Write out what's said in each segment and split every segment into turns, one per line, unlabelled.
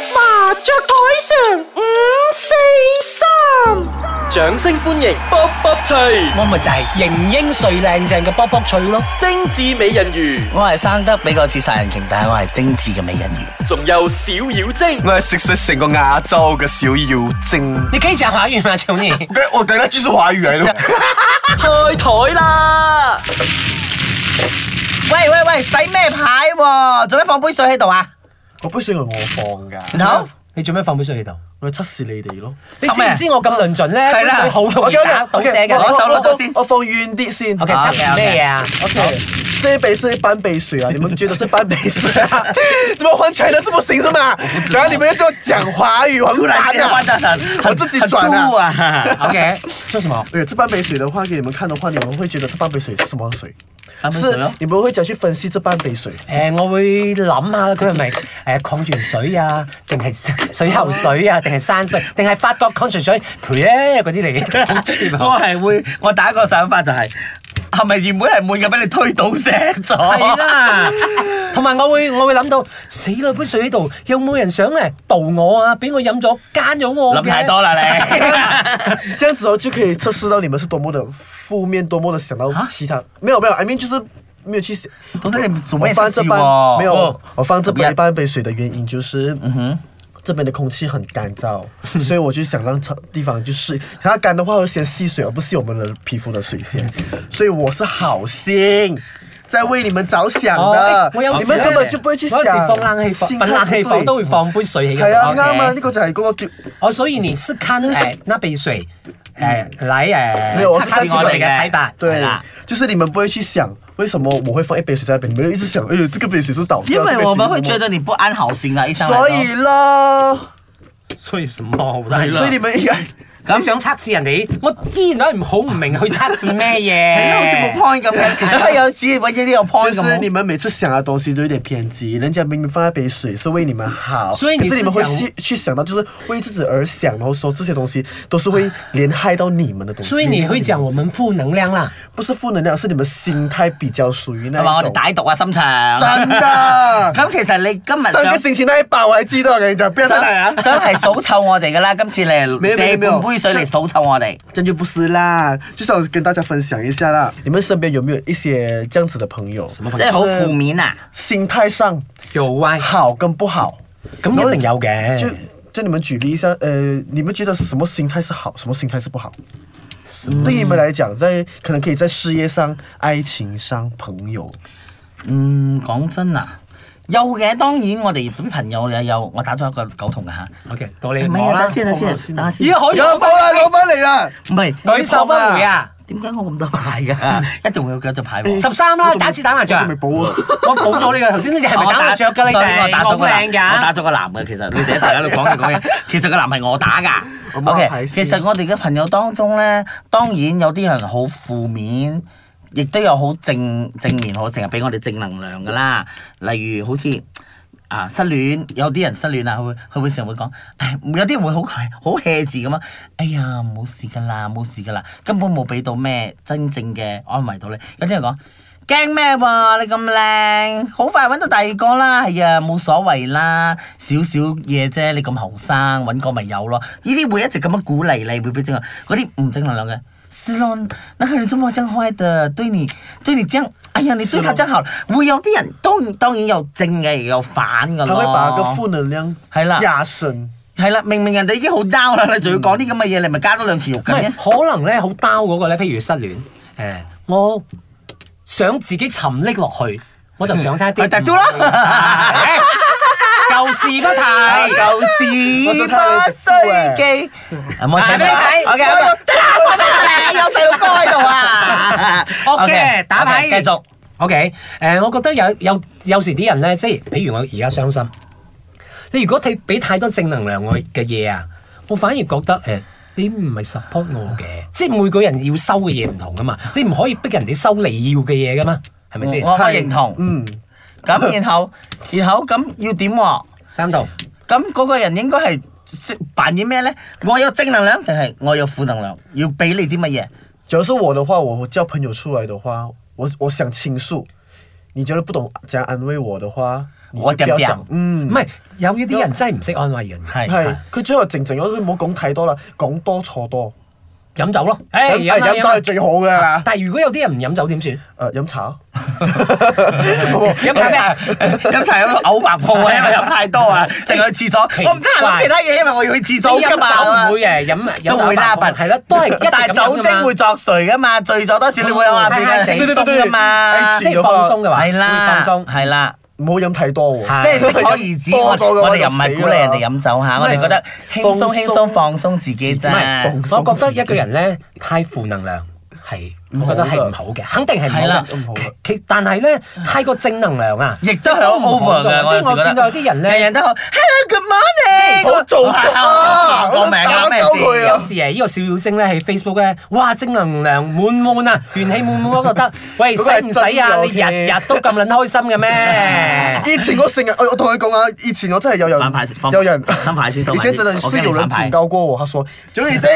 雀台上
ừ,
五四三，掌聲歡迎卜卜脆，
我咪就係型英帥靚正嘅卜卜脆咯。
精緻美人魚，
我係生得比較似殺人鯨，但係我係精緻嘅美人魚。
仲有小妖精，
我係食食成個亞洲嘅小妖精。
你可以講華語嗎，求你？
我我等下繼續華語嚟咯。
開台啦！
喂喂喂，使咩牌喎？做咩放杯水喺度啊？
嗰杯水係我放㗎，
然後你做咩放杯水喺度？
我測試你哋咯。
你知唔知我咁論盡咧？係
啦
好容易
OK，OK，
打倒瀉嘅。
OK，
攞手攞手先。
我放遠啲先。
OK，測試咩嘢啊？
OK，这杯是半杯水啊！你們覺得是半杯水 啊？怎麼換成了是不行是嗎？然後你們又叫我講華語，很難啊！我自己轉啊。
啊！OK，做什麼？
對，這半杯水的話，給你們看的話，你們會覺得這半杯水是什麼水？
半杯水啊
是
咯，
你們會點去分析這半杯水？
誒、我會諗下佢係咪誒礦泉水啊，定係水喉水啊，定係山水，定係法國礦泉水 p r e 嗰啲嚟嘅。好似
我係會，我第一個想法就係、係咪原本係滿嘅俾你推倒瀉咗？
係啦，同埋我會我會諗到死啦杯水喺度，有冇人想嚟盜我啊？俾我飲咗奸咗我嘅
諗太多啦 你。
這樣子哦，就可以測試到你們是多麼的負面，多麼的想到其
啊
他。沒有沒有，I mean 就是沒有去想。
總之你做
我
咩
放
測
這
哦
試
半
喎？
沒有，我放這
怎麼
半
樣
半杯水的原因就是，嗯哼，這邊的空氣很 乾燥，所以我就想让地方就是它干的话会先吸水，而不是我们的皮肤的水先，所以我是好心。在为你们着想
哦
的
誒，我有
你
時
們
呢
根本就不會去想。
我有時放冷氣房，
心
瞓冷氣房都會放杯水喺
對。係啊，
嗰度。
啱啊，
OK
呢個就係嗰個叫
哦，所以你是看誒那杯水誒嚟
沒有，
誒
我
測
是看
試我哋嘅睇法，係
對
啦。，
就是你們不會去想為什麼我會放一杯水在那邊，你們一直想，哎呦，這個杯水是倒掉，
因
這杯
為
水
我
是
們會
什麼
覺得你不安好心啊，醫生嚟講。
所以咯，
所以什麼？係
所以你們應該。
咁想測試人哋，我依然都係唔好唔明去測試咩嘢。
好似冇 point 咁嘅，都有時揾咗呢個
就
point
是你
咁。
们每次想的东西都有点偏激，人家明明放那杯水是为你们好，
所以你
可是你们
是
会
想
去去想到就是为自己而想，然后说这些东西都是会连害到你们的东西。
所以你會講我們負能量啦。
不是负能量，是你们心态比较属于那
係嘛？我
一
哋
种。
歹毒啊，心情。
真的，
咁其實你今日
上个
想
星期那一把我还记得，我跟你讲，不要再来啊！
想係數臭我哋噶啦，今次你
沒有
係
沒有
借
沒有
半杯水嚟數臭我哋。
真就不是啦，就想跟大家分享一下啦，你们身边有没有一些这样子的朋友？什么
即係好負面啊！
心态上哎
有啊，
好跟不好？
咁一定有
就
嘅。
就你们举例一下，呃，你们觉得什么心态是好，什么心态是不好？对你们来讲，在可能可以在事业上、爱情上、朋友，
嗯，講真啊，有嘅，當然我哋啲朋友又有，我打咗一個九筒嘅嚇。
OK，到你
唔
我
係啊，
啦
等。先等先等下先。
咦，可以
有冇啊？攞翻嚟啦！
唔係
舉手不回啊！
點解我咁多牌㗎？一定會有幾多牌喎？
十三啦，打次打麻雀
我。仲未補啊！
我補咗你嘅頭先，你哋係咪打麻雀㗎？你
所以我
哋
打
好
咗個男
靚㗎。
我打咗個男嘅，其實你哋一齊喺度講嘢講嘢，其實個男係我打㗎。
我摸下牌
OK，
先
其實我哋嘅朋友當中咧，當然有啲人好負面，亦都有好正正面，好成日俾我哋正能量㗎啦。例如好似。啊！失戀有啲人失戀啊，佢會佢會成日會講，唉有啲人會好好 hea 字咁啊！哎呀，冇事㗎啦，冇事㗎啦，根本冇俾到咩真正嘅安慰到你。有啲人講驚咩喎？你咁靚，好快揾到第二個啦，係啊，冇所謂啦，少少嘢啫，你咁後生揾個咪有咯。呢啲會一直咁樣鼓勵你，會俾正能嗰啲唔正能量嘅。是咯，那個人這麼這樣壞的，對你對你這樣，哎呀，你對他這樣好，會有啲人當然當然有正嘅，亦有反嘅
他
咯。
會把個負能量
係啦
加深。
係啦，明明人哋已經好 down 啦，你仲要講啲咁嘅嘢，你咪加多兩次肉
唔
緊
係
嘅。
可能咧好 down 嗰個咧，譬如失戀，誒、我想自己沉溺落去，我就想睇一啲
係特都啦
係舊事不提，
舊
我
事
想睇你
不
食書
須記。唔好
話俾你睇
O K，有細路哥喺度 啊。
à. OK，打牌
繼續。
OK，誒、我覺得有有有時啲人咧，即係譬如我而家傷心，你如果睇俾太多正能量我嘅嘢啊，我反而覺得誒。你唔係 support 我嘅，即係每個人要收嘅嘢唔同噶嘛，你唔可以逼人哋收你要嘅嘢噶嘛，係咪先
我？我認
Ừ.
同。
嗯，
咁然後，然後咁要點喎？
三度。
咁嗰個人應該係識扮演咩咧？我有正能量定係我有負能量？要俾你啲乜嘢？
假如是我的話，我叫朋友出來的話，我我想傾訴，你覺得不懂怎樣安慰我的話，
我點點，
嗯
唔，係有呢啲人真係唔識安慰人，
係
係
係。
佢最後靜靜咗，佢唔好講太多啦，講多錯多，哎
飲酒咯。
飲
哎
誒
係飲酒係最好㗎
啊
啦。
但係如果有啲人唔飲酒點算？
誒飲茶，
飲
飲 酒
茶
咩？
飲茶飲到嘔白泡啊！因為飲太多啊，淨去廁所。
奇
我唔得閒諗
怪
其他嘢，因為我要去廁所㗎嘛。
飲酒唔會嘅，飲飲
都會啦，
但係啦，都係一直
但
咁
係酒精會
會
作祟噶嘛，醉咗多少你會有話
係
變
係
係地鬆噶嘛，
即係放鬆嘅話，
係啦，
會放鬆。
係啦，
唔好飲太多喎。
即係適可而止。我
多咗嘅話
我哋又唔係鼓勵人哋飲酒嚇，我哋覺得輕
放
鬆
鬆
輕鬆放鬆自己啫
唔。係，我覺得一個人咧太負能量係，我覺得係唔好嘅，肯定係唔
係啦
好
唔好嘅
嘅。其其但係咧，太過正能量啊，
亦都係好
唔好
over
嘅
嘅，
即係我
有時覺得
見到有啲
人
人咧，
人都好 Hello Good morning，
好做作啊
我名啊咩
我都打鳩佢啊
事
有？時誒呢個小妖精咧喺 Facebook 咧，哇正能量滿滿啊，元氣滿滿，我覺得，喂使
嗰個係
唔使啊？
真嘅
你日日都咁撚開心嘅咩？
以前我成日，我我同佢講啊，以前我真係有人
反派反
有人
反派 先收
以
埋
前真的
我
是
跟你
有人
反派
警告过我，他说，就你在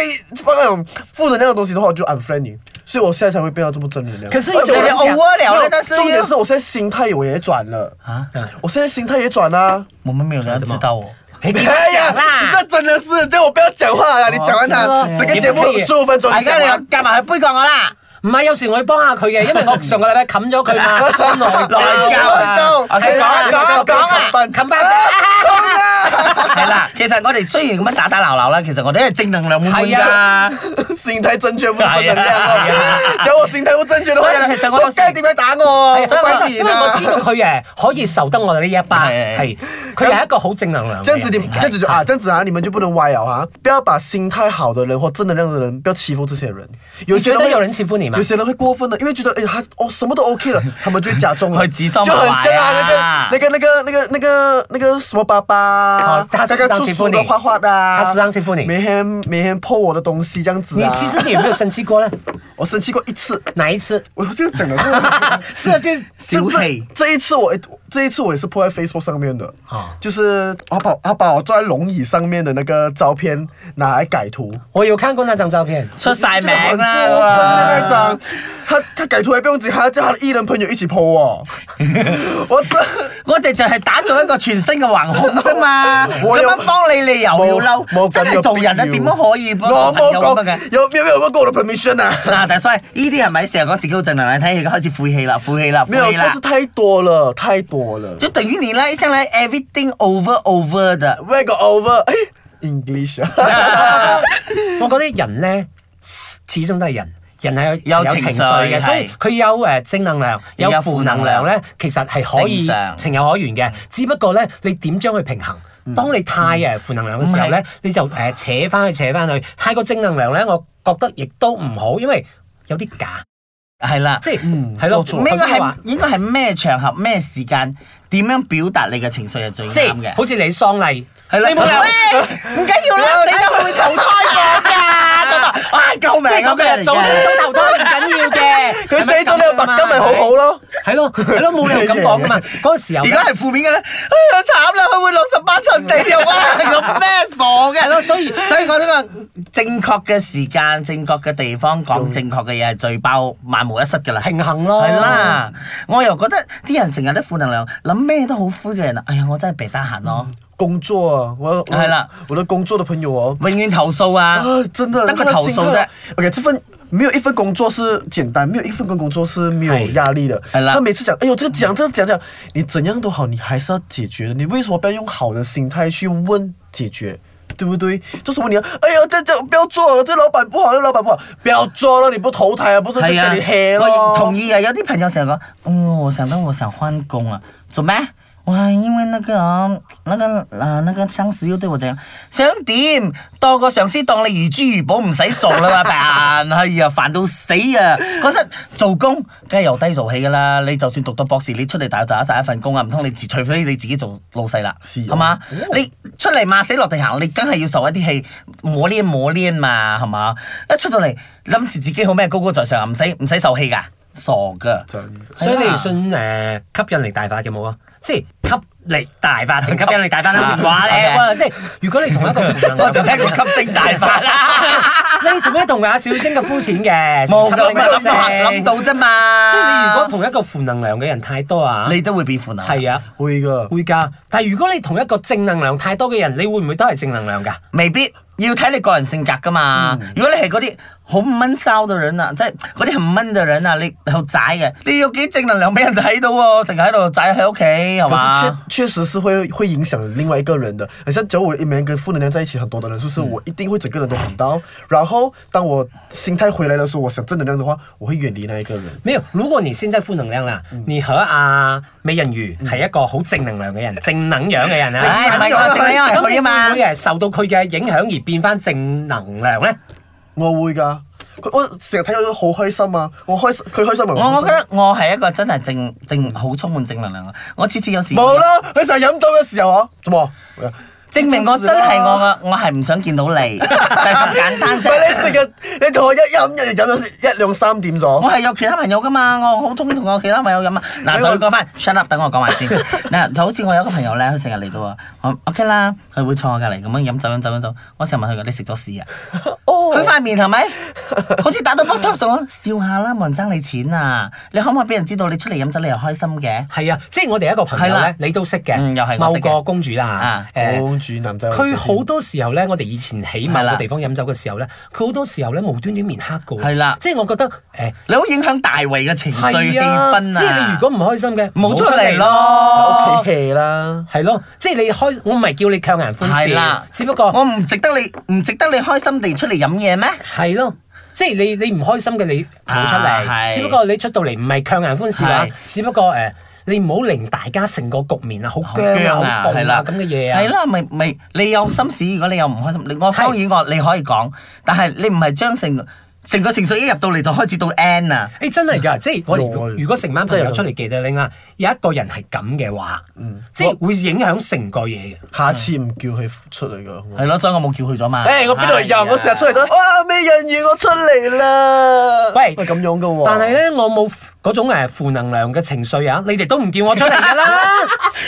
放那种负能量的东西的话，我就 unfriend 你，所以我现在才会变到这么正能量。
可是有
而且我
的人
偶尔聊
没有
了但是
重
又
点是我现在心态我也转了，
啊，
我现在心态也转啦。
我们没有人知道哦。
你記得
哎呀，
講啦
你这真的是叫我不要讲话了，你讲完他
哦
是咯
整个节目
你不可以
十五分钟，
大
你
家
讲
你又
完。
夾埋去杯葛我啦。
唔係，有時我要幫下佢嘅，因為我上個禮拜冚咗佢嘛，我內疚啊，
我內疚
係啦
講啊
我內疚
講啊
冚冚翻
係啦，其實我哋雖然咁樣打打鬧鬧啦，其實我哋係正能量滿滿
係
啊
㗎。
心態正確不是正能
哎
量
呀
哦。講我心態不正確的
所
話，
以其實我哎
仆街點解打我啊？我
哦所以我
翻
就
面
因為我
啊
知道佢誒可以受得我哋呢一班，
係
係佢係一個好正能量嘅人嚟嘅。
这样子你
哎
这样子就啊，这样子啊，你们就不能歪了啊！不要把心态好的人或正能量的人，不要欺负这些人。有
你覺
些人
得
会
有人欺負你嗎
有？些人会过分的，因为觉得哎呀，他哦什么都 OK 了，他们就会假装了
会指桑
就很
骂
像
槐
啊
啊
那个那个那个那个那个那个什么爸爸
哦，他时
刚刚
常
出
欺
书
负你
的画画的啊，
他时常欺负你
每天每天破我的东西这样子
你
啊。
其實你有沒有生氣過呢？
我生气过一次，
哪一次？
我就整了这个。
是啊，就是
小氣
这一次我这一次我也是泼在 Facebook 上面的，
啊
就是他把他把我坐在龙椅上面的那个照片拿来改图，
我有看過那張照片，
出晒名
真的
啦
很
咁
过分
啊
的那！张，他他改图还不用紧，还要叫他的艺人朋友一起 po 我，我这
我哋就係打造一個全新嘅橫恐啫嘛，
我
咁
有
樣幫你你又要嬲
冇，冇
真
咁嘅
係做人啊
必
點
要
樣可以幫
我
朋友
冇
咁樣
讲
嘅？
有没有没有问过我的 permission 啊？
嗱，但係所以呢啲係咪成日講自己好正能量，睇戲開始晦氣啦，晦氣啦，
没
晦
有，
氣
就
啦
是，太多了，太多了。
就等於你啦，一上來 everything over over 的，
We go over，哎，English 啊。
我覺得人咧始終都係人。人係
有
有
情
情
緒
緒嘅，
係
所以佢有誒正能量，
有
有
負
負
能
能
量
量咧，其實係可以
正常嗯
情有可原嘅。只不過咧，你點將佢平衡？當你太誒負能量嘅時候
唔係
咧，你就誒扯翻去扯翻去。太過正能量咧，我覺得亦都唔好，因為有啲假，
係啦。
即
嗯
係係咯。
做
應
頭
該
先
係
話
應該係咩場合、咩時間、點樣表達你嘅情緒係最
即
啱
係
嘅。
好似你喪禮，
係啦
你冇理由。
喂唔緊要啦，你都會投胎過㗎。咁啊，唉，救命
即係
咁
咁嘅，
嘅
早先咁頭都唔緊要嘅。
佢死咗你個白金咪好好咯，
啊係咯係咯，冇理由咁 講噶嘛。嗰個時候
而家係負面嘅咧，哎呀慘啦，佢會落十八層地獄 啊！咁咩傻嘅？係咯，所以所以我呢個正確嘅時間、正確嘅地方講正確嘅嘢係最爆萬無一失㗎啦。
平衡咯，
係。啦，我又覺得啲人成日都負能量，諗咩都好灰嘅人啊！哎呀，我真係被得閒咯，
工作啊，我我
係啦
我的工作的朋友哦，
永遠投訴啊！
啊，真的，
那个
那
投
心
诉
态
的。
OK，这份没有一份工作是简单，没有一份工作是没有压力的。
哎啦
他每次讲，哎呦，这个讲，这个讲讲，你怎样都好，你还是要解决的。你为什么不要用好的心态去问解决？对不对？就是问你要，哎呀，这这不要做了，这老板不好，那老板不好，不要做了，你不投胎啊，不是在
係
这
啊
里黑，咯
我。同意啊！有啲朋友成日講，嗯，我想到我想換工啊，做咩？哇，因為那個啊那個啊那個上司又對我這樣，想點？當個上司當你如珠如寶唔使做啦嘛，扮哎呀煩到死啊！嗰陣做工梗係由低做起㗎啦，你就算讀到博士，你出嚟打打打一份工啊，唔通你自除非你自己做老細啦，
是啊
係嘛？你出嚟罵死落地行，你梗係要受一啲氣，磨練磨練嘛，係嘛？一出到嚟諗住自己好咩高高在上，唔使唔使受氣㗎。傻噶，
真
所以你信誒吸引力大法有冇啊？即係吸力大 法定吸引力大法啦，
啊
電話咧，
OK
哇！即係如果你同一個負 能量
我就聽過吸精 大法啦，
你做咩同阿小晶咁膚淺嘅？
冇
吸
噶，
引力
諗
大法
諗到啫嘛。
即係你如果同一個負能量嘅人太多啊，
你都會變負能，
係啊
會噶，
會㗎。但係如果你同一個正能量太多嘅人，你會唔會都係正能量㗎？
未必要睇你個人性格噶嘛。如果你係嗰啲好悶騷嘅人啊，即係嗰啲係悶嘅人啊，你好宅嘅，你要幾正能量俾人睇到喎，成日喺度宅喺屋企係
可是
嘛？
确确实是会会影响另外一个人的。好像只要我一面跟负能量在一起很多的人，就是我一定会整个人都很 down。然后当我心态回来的时候，我想正能量的话，我会远离那一个人。
沒有，如果你現在負能量啦，
嗯
你和阿美人魚係一個好正能量嘅 人，正能量嘅人啊，
唉，唔係
咁
嗯我正因為
你
佢
會
啊嘛
唔會。係受到佢嘅影響而變翻正能量咧？
我会噶，佢我成日睇到都好开心啊！我开心，佢开心咪
我我覺得我係一個真係正正好充滿正能量嘅，啊我次次有時
冇，啦。佢成日饮酒嘅时候啊，做么？
證明我真係我嘅，我係唔想見到 你，就係咁簡單
唔
啫
係。 你成日你同我一飲一飲咗一兩三點
我
咗，
係有其他朋友噶嘛，我好中意同我其他朋友飲啊。嗱，就要講翻 shut up，等我講埋先。 嗱，就好似我有一個朋友咧，佢成日嚟到啊，我 OK 啦，佢會坐我隔離咁樣飲酒飲酒飲酒。我成日問佢：你食咗屎啊？佢
哦，
塊面係咪好似打到 b o t o 笑下啦，冇人爭你錢啊！你可唔可以俾人知道你出嚟飲酒你又開心嘅？
係啊，即係我哋一個朋友
係
咧
啦，
你都識嘅，
嗯又係我
某
識嘅
個公主啦
啊，
誒。
公主男仔，
佢好多時候咧，我哋以前喺某
係
個
啦
地方飲酒嘅時候咧，佢好多時候咧無端端面黑嘅喎，
係啦
即係我覺得誒
你好影響大圍嘅情緒氣
係啊，
氛啊！
即係你如果唔開心嘅，
冇出嚟
喺
咯
屋企 hea 啦，
係咯，即係你開，我唔係叫你強顏歡
係啦
笑，只不過
我唔值得你唔值得你開心地出嚟飲嘢咩？
係咯，即係你你唔開心嘅你冇出
啊
嚟，
係
只不過你出到嚟唔係強顏歡笑啊
係，
只不過誒你唔好令大家成個局面啊好
好
僵
僵
啊
啊
好
係
凍
啦
啊咁嘅嘢
係
啊，
啦，咪咪你有心事，如果你又唔開心，你我
係
當然我你可以講，但係你唔係將成成個情緒一入到嚟就開始到 end 啊！
誒真係㗎，即係我哋
內
如果成班朋友出嚟記得拎啊，有一個人係咁嘅話，
嗯
即係會影響成個嘢嘅。
下次唔叫佢出嚟噶。
係咯，所以我冇叫佢咗嘛。
誒，我邊度
係啊
飲？我成日出嚟都哇，美人魚，我出嚟啦！
喂
咁樣噶喎。
但係，咧，我冇嗰種誒負能量嘅情緒啊！你哋都唔叫我出嚟㗎 啦，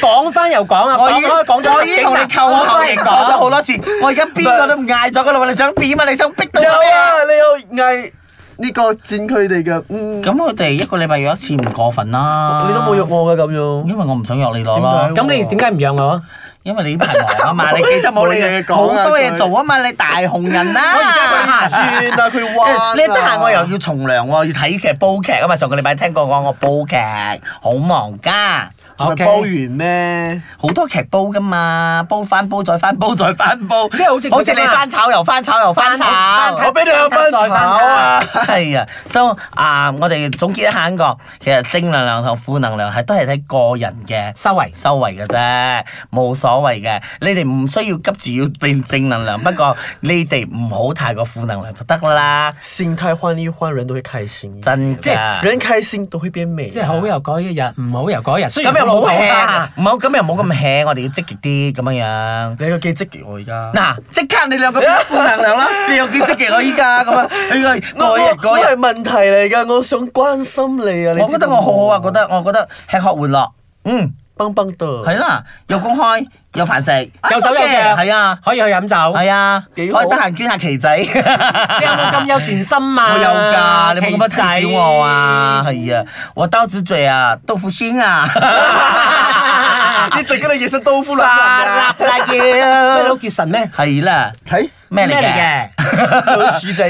講翻又講啊，
我已
講開講咗
我
十
已
幾
經同你
集，
扣口型講咗好
啦。
多次，我而家邊個都唔嗌咗噶啦喎！你想點啊？你想逼到
有
我咩啊？
啊，你有嗌呢個佔佢哋嘅，嗯，
咁佢哋一個禮拜約一次唔過分啦。
你都冇約，我㗎咁樣。
因為我唔想約你攞
點解
咯。
咁你點解唔讓我？
因為你呢排忙啊 嘛，你記得冇
冇
你
嘢講啊
好多嘢
佢
做啊嘛，你大紅人啦。我
佢算啦，佢彎啊
你得閒我又要從良喎，要睇劇煲劇啊嘛！上個禮拜聽過我我煲劇，好忙噶，
仲係
OK
煲完咩？
好多劇煲噶嘛，煲翻煲再翻煲再翻煲，
即係好似佢
好似你
咁啊
翻炒又翻炒又翻
翻
炒
翻。
我俾你有翻炒啊！
係啊，所以啊，我哋總結一下呢個，其實正能量同負能量係都係睇個人嘅
收圍
收圍嘅啫，冇所謂嘅。你哋唔需要急住要變正能 量，不過你哋唔好太過負能量就得啦，
心態換一換，人都會開心。
真
即係
㗎。
人開心都會變美。
即係好又嗰一日，唔好又嗰一日。雖然
咁又冇
我老啊豆
hea，
啦
唔好咁又冇咁 hea，我哋要積極啲咁樣樣。
你個幾積極我而家。
嗱，即刻你兩個變負能量啦！你有幾積極我依家咁啊？你個
我
嗰
我
日
我
嗰
係
日，
問題嚟㗎，我想關心你啊！你
我覺
知
得
道
我
嗎
好好啊，覺得我覺得吃喝玩樂，嗯，
棒棒的。
係啦，又公開又飯食，哎
有手有腳，
係啊
可以去飲酒。
係啊，可以
幾
得
好
閒捐下旗仔。
你有冇咁有善心 啊？
我有㗎，你冇咁
奇仔
樣提小我啊，係啊，我刀子嘴啊，豆腐心啊，
你整個人也是豆腐卵
沙
啊！
拉啦
喂，老
要，
結神咩？
係啦，
睇
咩嚟嘅？
嘅？
老鼠仔。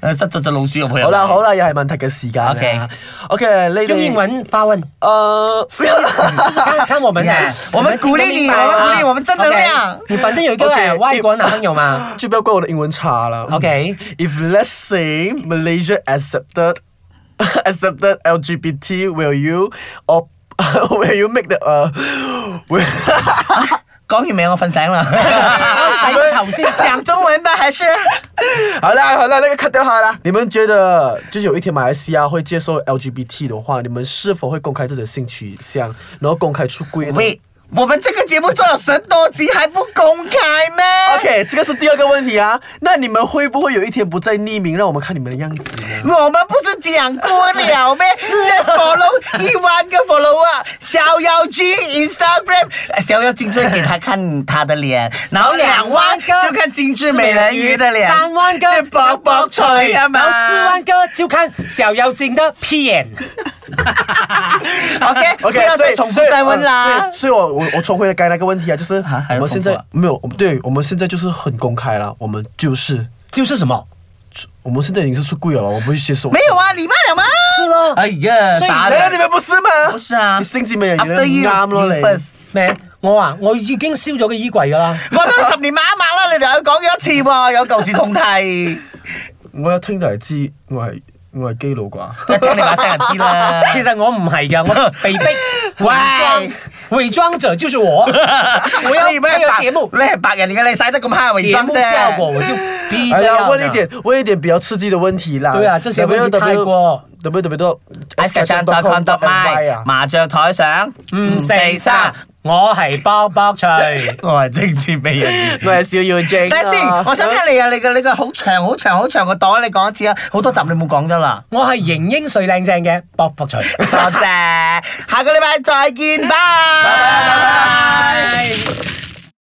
誒塞咗只老鼠入去。
好啦好，啦，又係問題嘅時間啦。啊
OK
OK，你
用英
哋
文 發問。
呃， 不要啦。
看看我们呢，
我们鼓励你
听得明白吗
我们鼓励我们正能量
OK，你反正有一个
OK，
哎外国男朋友 嘛
就不要怪我的英文差了。
，OK，
If let's say Malaysia accepted accepted LGBT, will you or will you make the uh will
講完未？我瞓醒 啦。
洗個頭先。
講中文吧，還是
好啦好啦，那个 cut 掉它啦。你们觉得就是有一天马来西亚会接受 LGBT 的话，你们是否会公开自己的性取向，然后公开出柜呢？
喂，我们这个节目做了十多集还不公开咩
OK，这个是第二个问题啊。那你们会不会有一天不再匿名，让我们看你们的样子呢？
我们不是讲过了咩？Just follow 一万个 follower，小妖精 Instagram，小妖精就会给他看他的脸，然后两万个就看精致美人鱼的脸，
三灣哥
就薄薄脆啊嘛，
有四灣哥就看小妖精的片。
，OK 不要
所
再
以
重复
所以
再问
呃
啦
对。所以我我我重回了刚才那个问题啊，就是
啊还有
我们现
重复
在
啊
没有，我们对我们现在就是很公开了，我们就是
就是什么？
我们现在已经是出柜了，我们不去接受。
没有啊，礼拜了吗？
是咯，
哎呀，
所以
打
啊，
人
难道你们不是吗？
不是啊
你星期美人魚
After you，
啱咯
you
你
first
咩？我啊，我已經燒咗個衣櫃㗎啦。
我都十年抹一抹啦，你哋有講咗一次喎，有舊時痛替，
我一聽就係知我係我係基佬啩。
一聽你把聲就知啦。
其實我唔係㗎，我被逼偽裝，偽裝者就 是我。 我要
你咩
配有
白
節目，
你係白人嚟嘅，你使得咁蝦偽
節
裝
目效果
啫。
我就逼
哎
這樣
呀，
的。
问一点，问一点比较刺激的问题啦。
對啊這些問題太過
www.
i s k a c h a n d c o m d
my 啊
m，麻雀台嗯上
五四三，我係卜卜脆。
我係政治美人魚。
我係小妖精。啊
等下先，我想聽你啊！你嘅你嘅好長好長好長個袋，你講一次啊！好多集你冇講咗 啦。
我係型英帥靚正嘅卜卜脆。
多謝，下個禮拜再見，拜拜。